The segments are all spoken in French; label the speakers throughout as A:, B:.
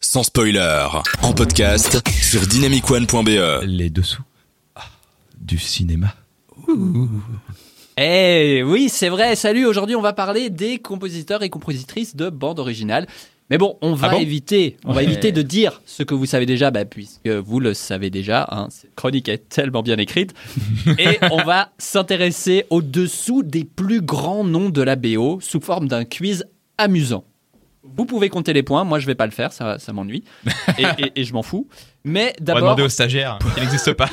A: sans spoiler, en podcast sur dynamicone.be.
B: Les dessous du cinéma.
C: Eh oui, c'est vrai. Salut. Aujourd'hui, on va parler des compositeurs et compositrices de bandes originales. Mais bon, on va
B: Ah bon
C: éviter, on va
B: Ouais.
C: éviter de dire ce que vous savez déjà, bah, puisque vous le savez déjà. hein, cette chronique est tellement bien écrite. et on va s'intéresser au dessous des plus grands noms de la BO sous forme d'un quiz amusant. Vous pouvez compter les points. Moi, je vais pas le faire. Ça, ça m'ennuie et, et- et je m'en fous. Mais
D: On va
C: d'abord,
D: demander aux stagiaires, il n'existe pas.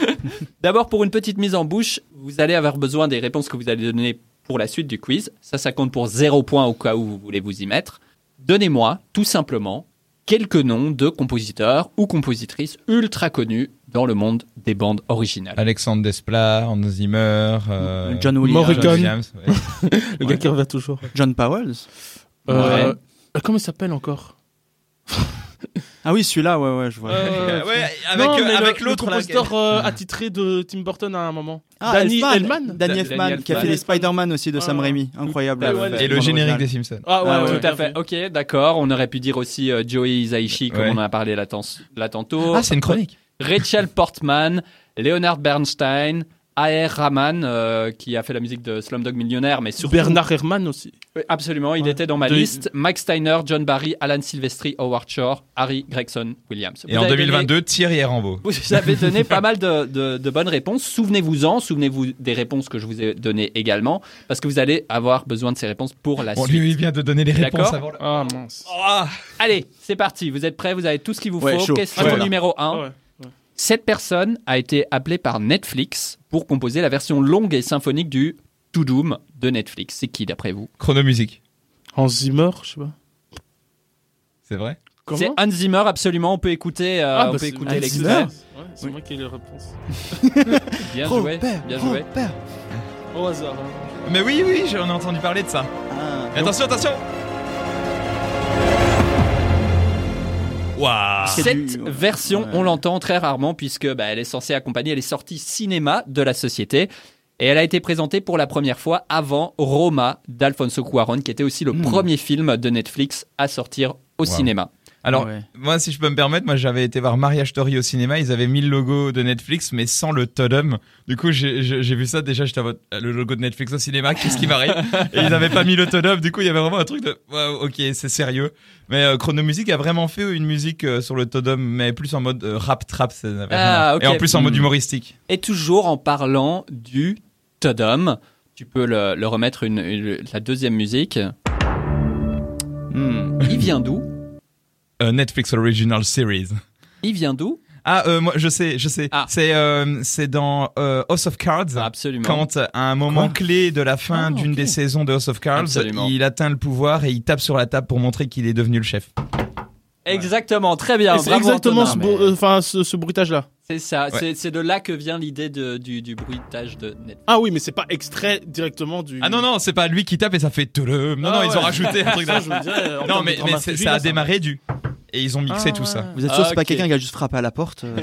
C: D'abord, pour une petite mise en bouche, vous allez avoir besoin des réponses que vous allez donner pour la suite du quiz. Ça, ça compte pour 0 points au cas où vous voulez vous y mettre. Donnez-moi, tout simplement, quelques noms de compositeurs ou compositrices ultra connus dans le monde des bandes originales.
D: Alexandre Desplat, Hans Zimmer, euh,
E: John Williams,
F: Morricone.
D: Williams, ouais.
F: Le gars qui revient toujours.
E: John Powells.
F: Euh, Comment il s'appelle encore
E: Ah oui, celui-là, ouais, ouais, je vois.
F: Euh,
D: Euh, ouais, avec,
F: Non,
D: euh,
F: mais le-
D: avec
F: le
D: l'autre là.
F: compositeur euh, attitré de Tim Burton à un moment.
E: Ah,
F: Danny Elfman.
E: Danny
C: Da-
E: Elfman,
C: Danny
E: qui a fait
C: Elfman.
E: les Spider-Man aussi de Sam
F: Ah.
E: Raimi. Incroyable.
F: Ah ouais,
D: Et le générique des
E: original.
D: Simpsons.
F: Ah ouais,
E: Ah
F: ouais,
E: ouais.
C: Tout à fait. Ok, d'accord. On aurait pu dire aussi euh, Joey Isaichi, comme
D: Ouais.
C: on en a parlé là, tant- là tantôt.
D: Ah, c'est une chronique.
C: Rachel Portman, Leonard Bernstein, A.R. Rahman, euh, qui a fait la musique de Slumdog Millionnaire, mais surtout
F: Bernard Herrmann aussi.
C: Oui, absolument, il
F: Ouais.
C: était dans ma
F: De-
C: liste. Mike Steiner, John Barry, Alan Silvestri, Howard Shore, Harry Gregson Williams.
D: Et
C: Vous
D: en
C: avez donné-
D: 2022, Thierry Rambo.
C: vous avez donné pas mal de, de- de bonnes réponses. Souvenez-vous-en, souvenez-vous des réponses que je vous ai données également, parce que vous allez avoir besoin de ces réponses pour la
D: Bon,
C: suite.
D: lui, il vient de donner les réponses
C: D'accord.
D: avant le.
F: Ah mince.
D: Ah
C: Allez, c'est parti, vous êtes prêts, vous avez tout ce qu'il vous
E: Ouais,
C: faut.
E: chaud.
C: Question
E: Ouais.
C: numéro 1.
F: Ah ouais.
C: Cette personne a été appelée par Netflix pour composer la version longue et symphonique du To Doom de Netflix. C'est qui d'après vous
D: Chronomusique.
F: Hans Zimmer, je sais pas.
D: C'est vrai
C: C'est
F: Comment
C: Hans Zimmer, absolument. On peut écouter, euh, on
F: bah,
C: peut
F: c'est-
C: écouter
F: Hans
C: l'extrait.
F: Zimmer. Ouais, C'est
E: Oui.
F: moi qui ai les réponses.
C: Bien joué,
E: Robert,
C: bien joué.
E: Robert.
F: Au hasard. hein.
D: Mais oui, oui, j'en ai entendu parler de ça.
E: Ah.
D: Mais attention, attention
F: Ah,
D: Waouh
E: C'est
C: Cette
E: du- ouais.
C: version,
E: Ouais.
C: on l'entend très rarement puisque bah, elle est censée accompagner les sorties cinéma de la société. Et elle a été présentée pour la première fois avant Roma d'Alfonso Cuaron, qui était aussi le
F: Hmm.
E: Mm.
C: premier film de Netflix à sortir
D: Wow.
C: au cinéma.
D: Alors,
E: Ouais.
D: moi, si je peux me permettre, moi, j'avais été voir Mariage Story au cinéma. Ils avaient mis le logo de Netflix, mais sans le totem. Du coup, j'ai- j'ai j'ai vu ça. Déjà, j'étais en mode, euh, le logo de Netflix au cinéma. Qu'est-ce qui m'arrive Et ils n'avaient pas mis le totem. Du coup, il y avait vraiment un truc de, waouh, ok, c'est sérieux. Mais euh, Chronomusique a vraiment fait une musique euh, sur le totem, mais plus en mode euh, rap trap. ça n'avait rien à-
C: Ah, ok.
D: Et en plus en mode
E: Hmm.
D: humoristique.
C: Et toujours en parlant du Todom, tu peux le, le remettre une, une- la deuxième musique.
E: Hmm.
C: Il vient d'où
D: Euh, Netflix Original Series.
C: Il vient d'où
D: Ah, euh, moi, je sais, je sais.
C: Ah.
D: C'est euh, c'est dans euh, House of Cards.
C: Absolument.
D: Quand euh, à un moment clé de la fin
E: Ah,
D: d'une
E: ok.
D: des saisons de House of Cards,
C: Absolument.
D: il atteint le pouvoir et il tape sur la table pour montrer qu'il est devenu le chef.
C: Exactement, très bien.
F: Et c'est
C: bravo,
F: exactement
C: Antonin.
F: ce,
E: mais-
F: bruit- euh, enfin, ce, ce bruitage-là.
C: C'est ça,
D: Ouais.
C: c'est- c'est de là que vient l'idée de- du, du bruitage de Netflix.
F: Ah oui, mais c'est pas extrait directement du.
D: Ah non non, c'est pas lui qui tape et ça fait touloum. Non
F: Ah
D: non, ils ont
F: ouais.
D: rajouté un truc.
F: Ça,
D: d'un-
F: je vous dirais, en
D: non
F: termes
D: mais,
F: de
D: mais c'est-
F: dramaturgie,
D: ça
F: là,
D: a démarré du et ils ont mixé
F: Ah,
D: tout
F: ouais.
D: ça.
E: Vous êtes sûr que
C: Ok.
E: c'est pas quelqu'un qui a juste frappé à la porte euh,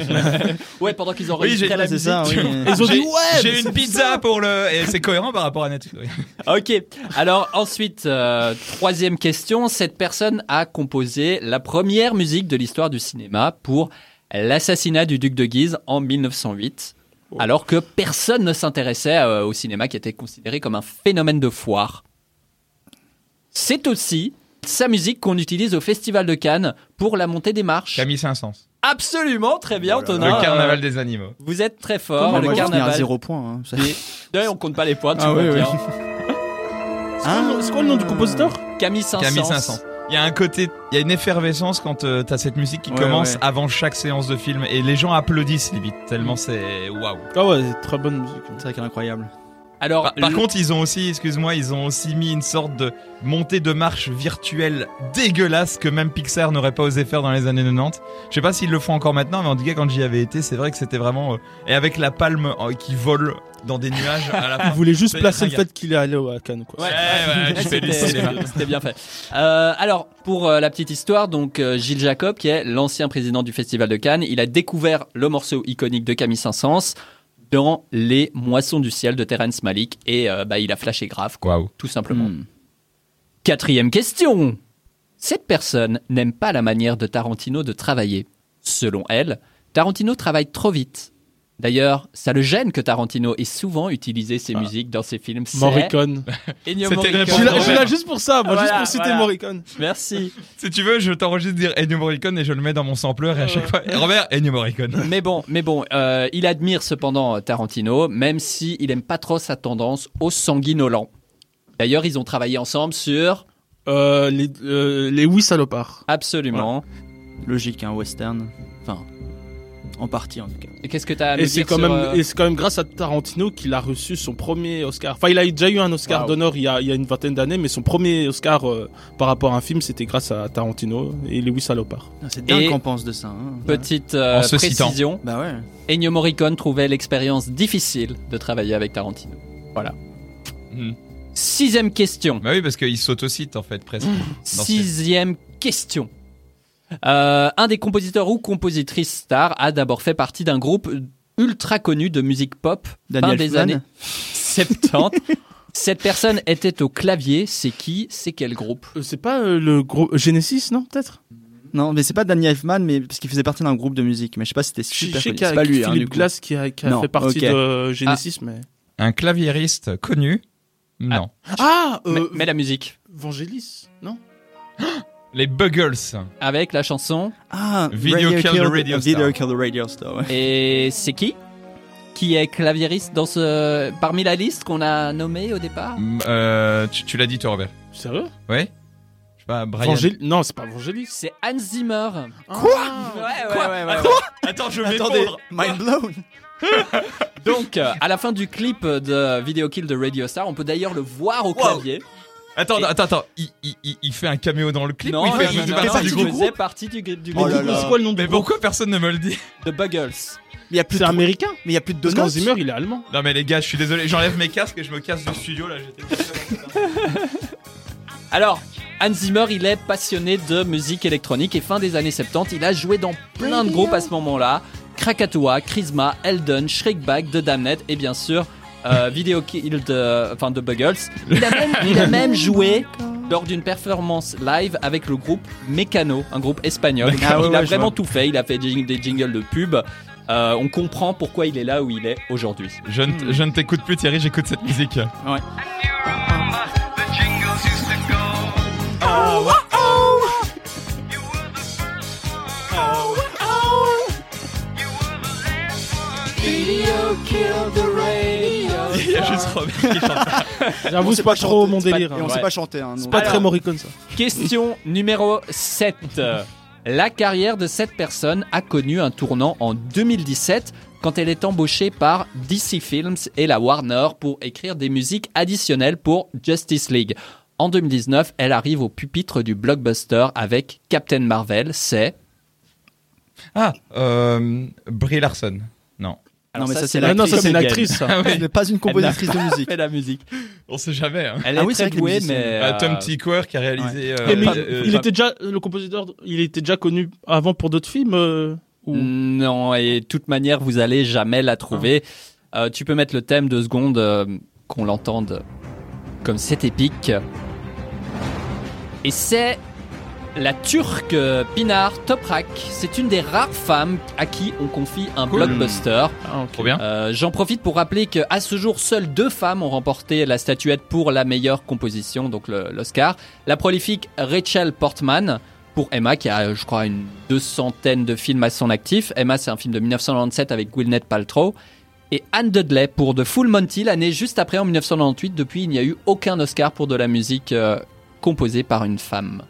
C: Ouais, pendant qu'ils
D: Oui,
C: enregistraient
D: j'ai
C: la
E: C'est
C: musique.
E: ça, oui. Ah,
F: Ils ont dit
D: J'ai-
F: ouais. mais
D: J'ai
F: c'est
D: une
F: pour
D: pizza
F: ça.
D: pour le et c'est cohérent par rapport à Netflix. oui.
C: Ok. Alors ensuite, euh, troisième question. Cette personne a composé la première musique de l'histoire du cinéma pour l'assassinat du duc de Guise en 1908,
D: Oh.
C: alors que personne ne s'intéressait euh, au cinéma qui était considéré comme un phénomène de foire. C'est aussi sa musique qu'on utilise au Festival de Cannes pour la montée des marches.
D: Camille Saint-Saëns.
C: Absolument, très bien, Antonin.
D: Le carnaval
C: Euh,
D: des animaux.
C: Vous êtes très
E: Ah,
C: fort,
E: moi,
C: le
E: je finis à
C: carnaval.
E: zéro point. hein. Ça-
C: des- Ouais, on compte pas les points, tu
E: Ah
C: vois
E: oui, oui.
C: bien.
F: C'est quoi le nom- C'est quoi le nom du compositeur
C: Camille Saint-Saëns.
D: Camille Saint-Saëns. Il y a un côté, il y a une effervescence quand euh, t'as cette musique qui
E: Ouais,
D: commence
E: ouais.
D: avant chaque séance de film et les gens applaudissent limite tellement c'est waouh.
F: Ah ouais, c'est très bonne musique.
E: C'est vrai qu'elle est incroyable.
C: Alors,
D: Par, par
C: le-
D: contre, ils ont aussi, excuse-moi, ils ont aussi mis une sorte de montée de marche virtuelle dégueulasse que même Pixar n'aurait pas osé faire dans les années 90. Je sais pas s'ils le font encore maintenant, mais en tout cas, quand j'y avais été, c'est vrai que c'était vraiment. euh, et avec la palme euh, qui vole dans des nuages à la
F: Il
D: fin.
F: voulait juste
D: C'est
F: placer le
D: ringard.
F: fait qu'il est allé à Cannes quoi.
C: Ouais.
D: ouais, je fais du cinéma.
C: c'était c'était bien fait. Euh, alors, pour euh, la petite histoire, donc euh, Gilles Jacob, qui est l'ancien président du Festival de Cannes, il a découvert le morceau iconique de Camille Saint-Saëns dans Les Moissons du ciel de Terrence Malick et euh, bah, il a flashé grave, quoi,
D: Waouh.
C: tout simplement. Quatrième question. Cette personne n'aime pas la manière de Tarantino de travailler. Selon elle, Tarantino travaille trop vite. D'ailleurs, ça le gêne que Tarantino ait souvent utilisé ses musiques dans ses films. C'est
F: Morricone.
C: Ennio
D: C'était
C: Morricone.
D: la
F: Je suis là- je suis là
D: Voilà.
F: juste pour ça, moi, juste
C: Voilà,
F: pour citer
C: voilà.
F: Morricone.
C: Merci.
D: Si tu veux, je t'enregistre dire Ennio Morricone et je le mets dans mon sampleur et à chaque fois. Robert, Ennio Morricone.
C: Mais bon, mais bon, euh, il admire cependant euh, Tarantino, même si il aime pas trop sa tendance au sanguinolent. D'ailleurs, ils ont travaillé ensemble sur
F: Euh, les, euh, les oui salopards.
C: absolument.
E: Logique, un western. Enfin, en partie en tout cas.
C: Et Qu'est-ce que t'as à me
F: Et c'est
C: dire
F: quand
C: sur,
F: même,
C: euh,
F: et c'est quand même grâce à Tarantino qu'il a reçu son premier Oscar. Enfin, il a déjà eu un Oscar
E: Waouh.
F: d'honneur il, y a- il y a une vingtaine d'années, mais son premier Oscar euh, par rapport à un film, c'était grâce à Tarantino et les oui salopards.
E: Ah, C'est dingue
C: Et-
E: qu'on pense de ça. hein.
C: petite euh,
D: En se citant.
C: précision
E: Bah ouais.
C: Ennio Morricone trouvait l'expérience difficile de travailler avec Tarantino.
D: Hmm.
C: Sixième question.
D: Bah oui, parce qu'il s'autocite en fait, presque. ce
C: Sixième question. Euh, un des compositeurs ou compositrices stars a d'abord fait partie d'un groupe ultra connu de musique pop fin
E: Daniel
C: des
E: Flan.
C: années 70. Cette personne était au clavier, c'est qui C'est quel groupe
F: Euh, c'est pas euh, le gros Genesis, non Peut-être.
E: Non, mais c'est pas Danny Elfman, mais parce qu'il faisait partie d'un groupe de musique. Mais je sais pas si c'était
F: Je
E: super
F: sais
E: connu.
F: qu'il y a
E: C'est pas lui, hein, du
F: Philippe
E: coup.
F: Glass qui a, qui a
E: Non,
F: fait partie
E: ok.
F: de Genesis, mais.
D: Un claviériste connu Non.
F: Ah
C: mais,
F: euh,
C: mais la musique.
F: Vangelis, non
D: Les Buggles.
C: Avec la chanson.
E: Ah,
D: Video Kill the Radio Star.
E: Video Kill the Radio Star, ouais.
C: Et c'est qui Qui est claviériste dans ce... parmi la liste qu'on a nommée au départ
D: Mm, euh, tu tu l'as dit, toi, Robert
F: Sérieux
D: Ouais Je sais pas, Brian.
F: Vangel- Non, c'est pas Vangelis.
C: C'est Hans Zimmer.
F: Quoi
C: Quoi
D: Attends, je
E: Attendez, mind blown.
C: Donc, euh, à la fin du clip de Video Kill de Radio Star, on peut d'ailleurs le voir au clavier.
D: Attends,
C: Et-
D: attends, attends. Il, il- il- il fait un caméo dans le clip
C: Non,
D: ou
C: non,
D: il fait
C: non,
D: il
C: non,
D: fait
C: non,
D: partie
C: il
D: du groupe
C: faisait partie du, gr- du
E: Oh
C: groupe
E: là là.
F: C'est quoi le nom
D: Mais
F: du groupe
D: pourquoi personne ne me le dit
C: de Buggles.
E: Il y a plus
F: C'est
E: de mais
F: américain
E: il y a plus de deux
F: Parce qu'en
E: notes.
F: Zimmer, il est allemand.
D: Non, mais les gars, je suis désolé. J'enlève mes casques et je me casse du studio là. j'étais-
C: Alors, Hans Zimmer, il est passionné de musique électronique et fin des années 70, il a joué dans plein de groupes à ce moment-là. Krakatoa, Chrisma, Elden, Shrekback, The Damned et bien sûr euh, Video Kill de, enfin, de Buggles. Il a même, il a même joué lors d'une performance live avec le groupe Mecano, un groupe espagnol.
E: D'accord. Ah ouais,
C: il a
E: ouais, je
C: vraiment
E: vois.
C: tout fait, il a fait jing- des jingles de pub. Euh, on comprend pourquoi il est là où il est aujourd'hui.
D: Je ne, je ne t'écoute plus, Thierry, j'écoute cette musique. Il y a juste Robert qui chante.
F: J'avoue,
E: On
F: c'est
E: sait
F: pas
E: chanter,
F: trop mon
E: c'est pas-
F: délire.
E: et
F: hein.
E: On sait pas chanter. hein,
F: C'est
E: donc.
F: pas
E: Alors,
F: très Morricone, ça.
C: Question numéro 7. La carrière de cette personne a connu un tournant en 2017 quand elle est embauchée par DC Films et la Warner pour écrire des musiques additionnelles pour Justice League. En 2019, elle arrive au pupitre du blockbuster avec Captain Marvel, c'est...
D: Ah, euh, Brie Larson. Non.
E: Non, mais ça, c'est
F: Ah non, ça c'est une
C: comédienne.
F: actrice, ça.
E: Ce n'est pas une compositrice de musique.
C: Elle fait la musique.
D: On sait jamais. Hein.
C: Elle est
E: Ah oui,
C: très
E: c'est vrai que les
C: douée, mais...
E: musiciens-
D: Ah, Tom
C: euh,
D: Tickwer qui a réalisé. euh,
F: Et mais il-
D: euh,
F: il
D: pas-
F: était déjà le compositeur, il était déjà connu avant pour d'autres films. euh, ou-
C: Hmm. Non, et de toute manière, vous allez jamais la trouver. Euh, tu peux mettre le thème deux secondes, euh, qu'on l'entende comme c'est épique. Et c'est la Turque euh, Pinar Toprak. C'est une des rares femmes à qui on confie un
D: Cool.
C: blockbuster.
F: Ah, ok.
D: Trop bien.
C: Euh, J'en profite pour rappeler qu'à ce jour, seules deux femmes ont remporté la statuette pour la meilleure composition, donc le- l'Oscar. La prolifique Rachel Portman pour Emma, qui a, je crois, une deux centaines de films à son actif. Emma, c'est un film de 1997 avec Gwyneth Paltrow. Et Anne Dudley pour The Full Monty, l'année juste après, en 1998. Depuis, il n'y a eu aucun Oscar pour de la musique euh, composée par une femme.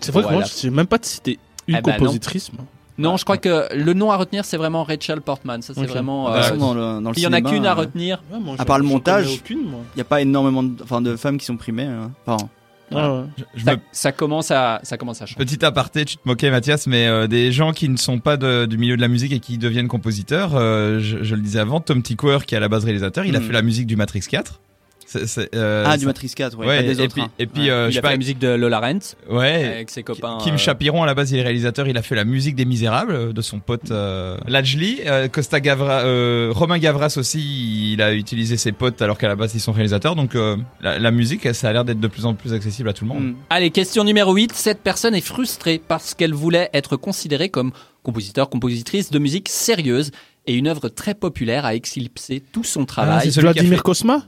F: C'est vrai que moi,
C: Voilà.
F: je sais même pas de citer une
C: Eh ben non.
F: compositrice. moi.
C: Non, je crois que le nom à retenir, c'est vraiment Rachel Portman. Ça, c'est
F: Ok.
C: vraiment...
E: De
C: euh,
E: toute façon, bah, dans le- dans le
C: il y en a
E: cinéma,
C: qu'une à
E: euh,
C: retenir.
F: Ouais, moi,
E: À
F: je-
E: part le
F: j'en
E: montage.
F: connais aucune, moi.
E: Il n'y a pas énormément de, enfin, de femmes qui sont primées hein, par an.
D: Euh,
F: Ah ouais.
D: Je- je
C: Ça,
D: me-
C: ça commence à, ça commence à changer.
D: Petit aparté, tu te moquais Mathias, mais euh, des gens qui ne sont pas de- du milieu de la musique et qui deviennent compositeurs, euh, je, je le disais avant, Tom Tickwer qui est à la base réalisateur, il a
E: Mm.
D: fait la musique du Matrix 4. C'est- c'est, euh,
E: Ah, du
D: c'est-
E: Matrix 4, ouais.
D: Ouais,
E: pas des
D: et
E: autres.
D: puis,
E: hein.
D: et puis
E: Ouais.
D: euh,
C: il
D: je sais
C: a fait
D: pas,
C: la musique de Lola Rent
D: ouais.
C: avec ses copains.
D: Kim
C: euh,
D: Chapiron, à la base, il est réalisateur. Il a fait la musique des Misérables de son pote euh, Lajli. Euh, Costa Gavra, euh, Romain Gavras aussi, il a utilisé ses potes alors qu'à la base, ils sont réalisateurs. Donc euh, la, la musique, elle, ça a l'air d'être de plus en plus accessible à tout le monde.
E: Mm.
C: Allez, question numéro 8. Cette personne est frustrée parce qu'elle voulait être considérée comme compositeur, compositrice de musique sérieuse et une œuvre très populaire a exilpsé tout son
D: Ah,
C: travail.
D: c'est celui qui a
F: Vladimir
D: fait-
F: Kosma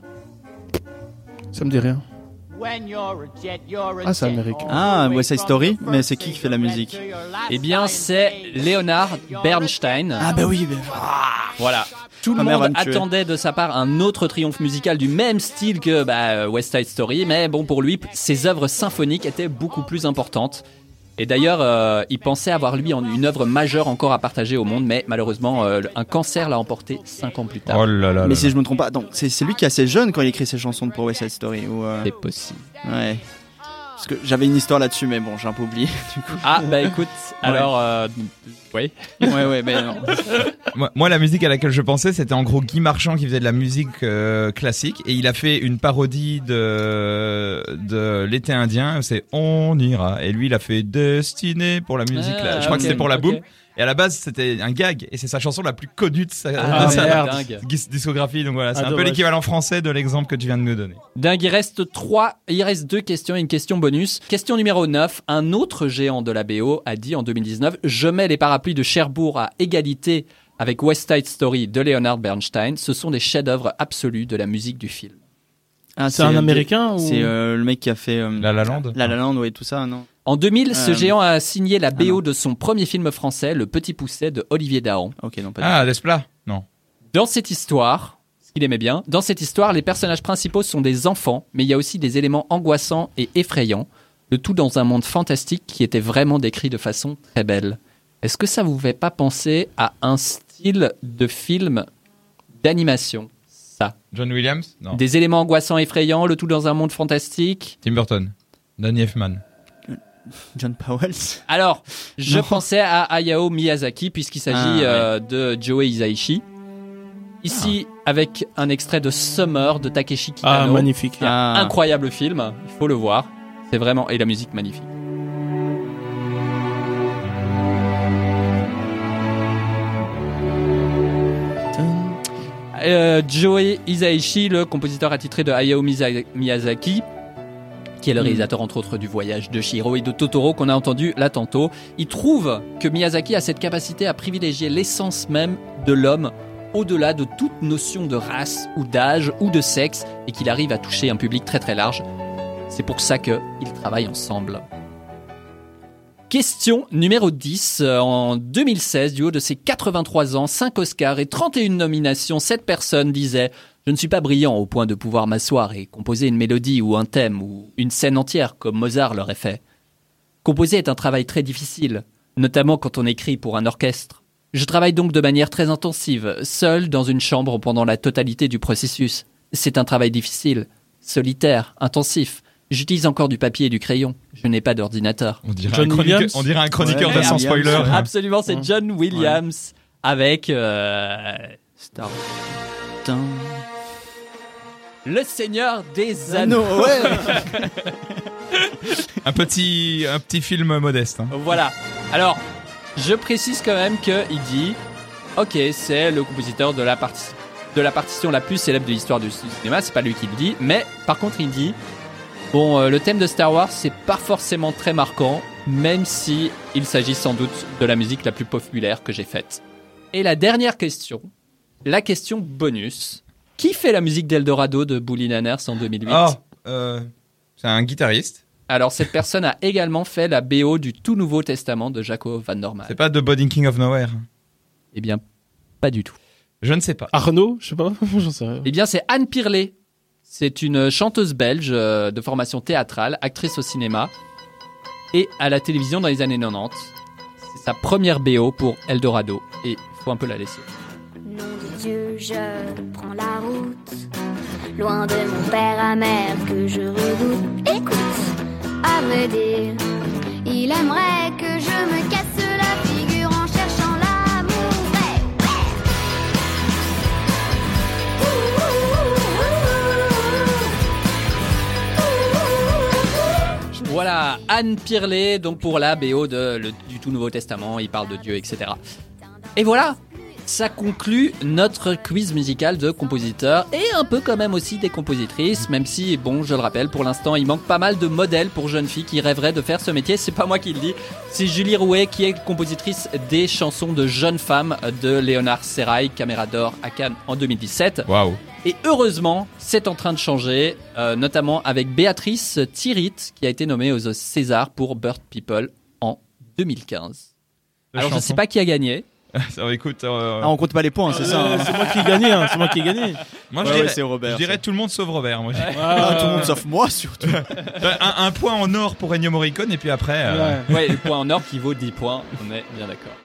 F: Ça me dit rien.
G: Ah, c'est américain.
E: Ah, West Side Story, mais c'est qui qui fait la musique
C: eh bien, c'est Leonard Bernstein.
E: Ah, bah oui, mais-
C: Voilà. Tout le
E: Ma mère
C: monde
E: va me tuer.
C: attendait de sa part un autre triomphe musical du même style que bah, euh, West Side Story, mais bon, pour lui, p- ses œuvres symphoniques étaient beaucoup plus importantes. Et d'ailleurs, euh, il pensait avoir lui en- une œuvre majeure encore à partager au monde, mais malheureusement, euh, le- un cancer l'a emporté cinq ans plus tard.
D: Oh là là là.
E: Mais
D: là.
E: si je me trompe pas, donc c'est c'est lui qui est assez jeune quand il écrit ses chansons pour West Side Story. Ou, euh,
C: C'est possible.
E: Ouais. Parce que j'avais une histoire là-dessus, mais bon, j'ai un peu oublié.
C: Ah, bah écoute, alors. euh, oui.
E: ouais, ouais, mais non.
D: Moi, moi, la musique à laquelle je pensais, c'était en gros Guy Marchand qui faisait de la musique euh, classique et il a fait une parodie de, de l'été indien. C'est On ira. Et lui, il a fait Destiné pour la musique. là.
C: Ah,
D: Je crois que
C: ok,
D: c'était pour la
C: ok.
D: boum. Et à la base, c'était un gag et c'est sa chanson la plus connue de sa,
C: Ah,
D: de sa
F: merde.
C: dingue.
D: dis- discographie. Donc voilà, c'est
F: Ah,
D: un peu
F: dommage.
D: l'équivalent français de l'exemple que tu viens de nous donner.
C: Dingue, il reste trois, il reste deux questions et une question bonus. Question numéro 9. Un autre géant de la BO a dit en 2019 Je mets les parapluies de Cherbourg à égalité avec West Side Story de Leonard Bernstein. Ce sont des chefs-d'œuvre absolus de la musique du film.
E: Ah,
F: C'est un américain ou...
E: C'est euh, le mec qui a fait euh,
D: La La Land.
E: La La Land, ouais, tout ça, non
C: En 2000, ce
E: Euh,
C: géant a signé la
E: non.
C: BO de son premier film français, Le Petit Pousset de Olivier Dahan.
E: Ok, non, pas du
D: Ah, Desplat. Non.
C: Dans cette histoire, ce qu'il aimait bien, dans cette histoire, les personnages principaux sont des enfants, mais il y a aussi des éléments angoissants et effrayants, le tout dans un monde fantastique qui était vraiment décrit de façon très belle. Est-ce que ça vous fait pas penser à un style de film d'animation Ça.
D: John Williams. Non.
C: Des éléments angoissants, effrayants, le tout dans un monde fantastique.
D: Tim Burton. Danny Elfman.
E: John Powell.
C: Alors, je
E: Non.
C: pensais à Hayao Miyazaki puisqu'il s'agit
E: Ah, ouais.
C: euh, de Joe Hisaishi. Ici, avec un extrait de Summer de Takeshi Kitano.
F: Ah, magnifique.
E: Ah.
C: Incroyable film, il faut le voir. C'est vraiment et la musique magnifique. Euh, Joe Hisaishi, le compositeur attitré de Hayao Miza- Miyazaki, qui est le réalisateur entre autres du Voyage de Shiro et de Totoro qu'on a entendu là tantôt, il trouve que Miyazaki a cette capacité à privilégier l'essence même de l'homme au-delà de toute notion de race ou d'âge ou de sexe et qu'il arrive à toucher un public très très large. C'est pour ça que ils travaillent ensemble. Question numéro 10. Euh, En 2016, du haut de ses 83 ans, 5 Oscars et 31 nominations, cette personne disait Je ne suis pas brillant au point de pouvoir m'asseoir et composer une mélodie ou un thème ou une scène entière comme Mozart l'aurait fait. Composer est un travail très difficile, notamment quand on écrit pour un orchestre. Je travaille donc de manière très intensive, seul dans une chambre pendant la totalité du processus. C'est un travail difficile, solitaire, intensif. J'utilise encore du papier et du crayon. Je n'ai pas d'ordinateur.
D: On dirait
F: John
D: un chroniqueur,
F: Williams
D: on dirait un chroniqueur
E: Ouais,
D: de sans
E: Williams,
D: spoiler.
E: ouais.
C: Absolument, c'est John Williams avec euh,
E: Star. Putain.
C: Le Seigneur des Anneaux.
E: Ah, Non, ouais
D: Un petit, un petit film modeste. hein.
C: Voilà. Alors, je précise quand même que il dit, ok, c'est le compositeur de la partie de la partition la plus célèbre de l'histoire du cinéma. C'est pas lui qui le dit, mais par contre, il dit, bon, euh, le thème de Star Wars, c'est pas forcément très marquant, même si il s'agit sans doute de la musique la plus populaire que j'ai faite. Et la dernière question, la question bonus. Qui fait la musique d'Eldorado de Bully Nanners en 2008
D: Ah, euh, c'est un guitariste.
C: Alors, cette personne a également fait la BO du tout nouveau testament de Jaco Van Norman.
D: C'est pas The Body King of Nowhere.
C: Eh bien, pas du tout.
D: Je ne sais pas.
F: Arnaud, je sais pas, j'en sais rien.
C: Eh bien, c'est Anne Pirlet. C'est une chanteuse belge euh, de formation théâtrale, actrice au cinéma et à la télévision dans les années 90. C'est sa première BO pour Eldorado et faut un peu la laisser.
H: Nom de Dieu, je prends la route, loin de mon père amer que je redoute. Écoute, à me dire, il aimerait que je me casse la figure en cherchant l'amour. Ouais, ouais. Ouh, ouh, ouh, ouh, ouh.
C: Anne Pirlet, donc pour la BO de, le- du tout Nouveau Testament, il parle de Dieu, etc. Et voilà, ça conclut notre quiz musical de compositeurs et un peu quand même aussi des compositrices, même si, bon, je le rappelle, pour l'instant, il manque pas mal de modèles pour jeunes filles qui rêveraient de faire ce métier. C'est pas moi qui le dis, c'est Julie Rouet qui est compositrice des chansons de jeunes femmes de Léonard Serrail, Caméra d'Or à Cannes en 2017.
D: Waouh.
C: Et heureusement, c'est en train de changer, euh, notamment avec Béatrice Thiritte, qui a été nommée aux César pour Bird People en 2015. Alors, je ne sais pas qui a gagné.
D: Alors écoute, euh,
E: Ah, on compte pas les points, c'est ça. hein.
D: Ah.
F: C'est moi qui ai gagné, hein, c'est moi qui ai gagné.
D: moi
E: Ouais,
D: je
E: ouais,
D: dirais,
E: c'est Robert.
D: je dirais tout le monde sauf Robert. moi.
E: ça. Ah, tout le monde sauf moi, surtout.
D: un, un point en or pour Ennio Morricone et puis après. euh,
F: Ouais.
C: Ouais, le point en or qui vaut 10 points, on est bien d'accord.